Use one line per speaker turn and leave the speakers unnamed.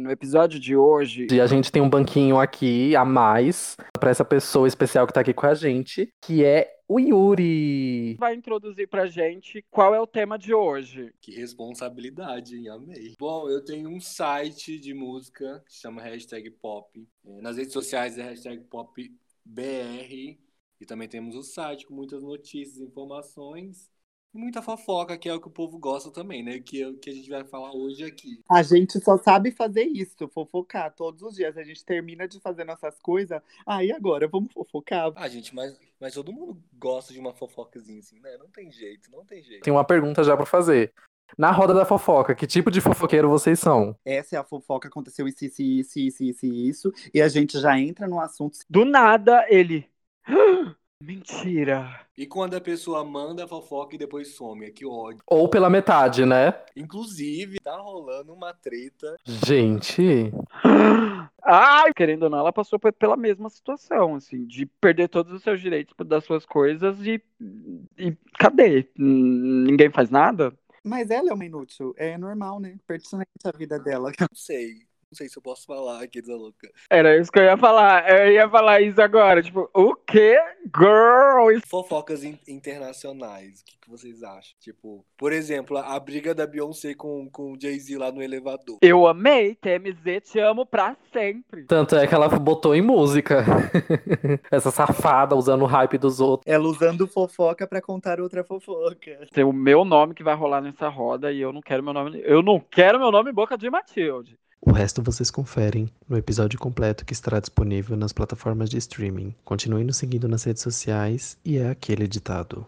No episódio de hoje,
E a gente tem um banquinho aqui a mais pra essa pessoa especial que tá aqui com a gente, que é o Yuri.
vai introduzir pra gente qual é o tema de hoje.
Que responsabilidade, hein? Amei. Bom, eu tenho um site de música que chama hashtag pop. É, Nas redes sociais é hashtag popbr. E também temos o site com muitas notícias, informações e muita fofoca, que é o que o povo gosta também, né? Que é o que a gente vai falar hoje aqui.
A gente só sabe fazer isso, fofocar todos os dias. A gente termina de fazer nossas coisas. Ah, e agora? Vamos fofocar?
Ah, gente, mas, mas todo mundo gosta de uma fofocazinha assim, né? Não tem jeito, não tem jeito.
Tem um uma pergunta já pra fazer. Na roda da fofoca, que tipo de fofoqueiro vocês são?
Essa é a fofoca, aconteceu isso, isso, isso, isso, isso, isso. E a gente já entra no assunto.
Do nada, ele. "Ah, Mentira!
E quando a pessoa manda a fofoca e depois some, é que ódio.
Ou pela metade, né?
Inclusive, tá rolando uma treta
Gente,
Ai, querendo ou não, ela passou pe- pela mesma situação, assim, de perder todos os seus direitos das suas coisas e. e cadê? Hum, Ninguém faz nada?
Mas ela é uma inútil. É normal, né? Pertinente a vida dela.
Não sei. Não sei se eu posso falar, querida louca.
Era isso que eu ia falar. Eu ia falar isso agora. Tipo, o quê? Girl! isso-
Fofocas in- internacionais, o que, que vocês acham? Tipo, por exemplo, a a briga da Beyoncé com, com o Jay-Z lá no elevador.
Eu amei, TMZ, te amo pra sempre.
tanto é que ela botou em música. Essa safada usando o hype dos outros.
Ela usando fofoca pra contar outra fofoca.
Tem o meu nome que vai rolar nessa roda e eu não quero meu nome. Eu não quero meu nome em boca de Matilde.
O resto vocês conferem no episódio completo que estará disponível nas plataformas de streaming. Continue nos seguindo nas redes sociais e é aquele ditado.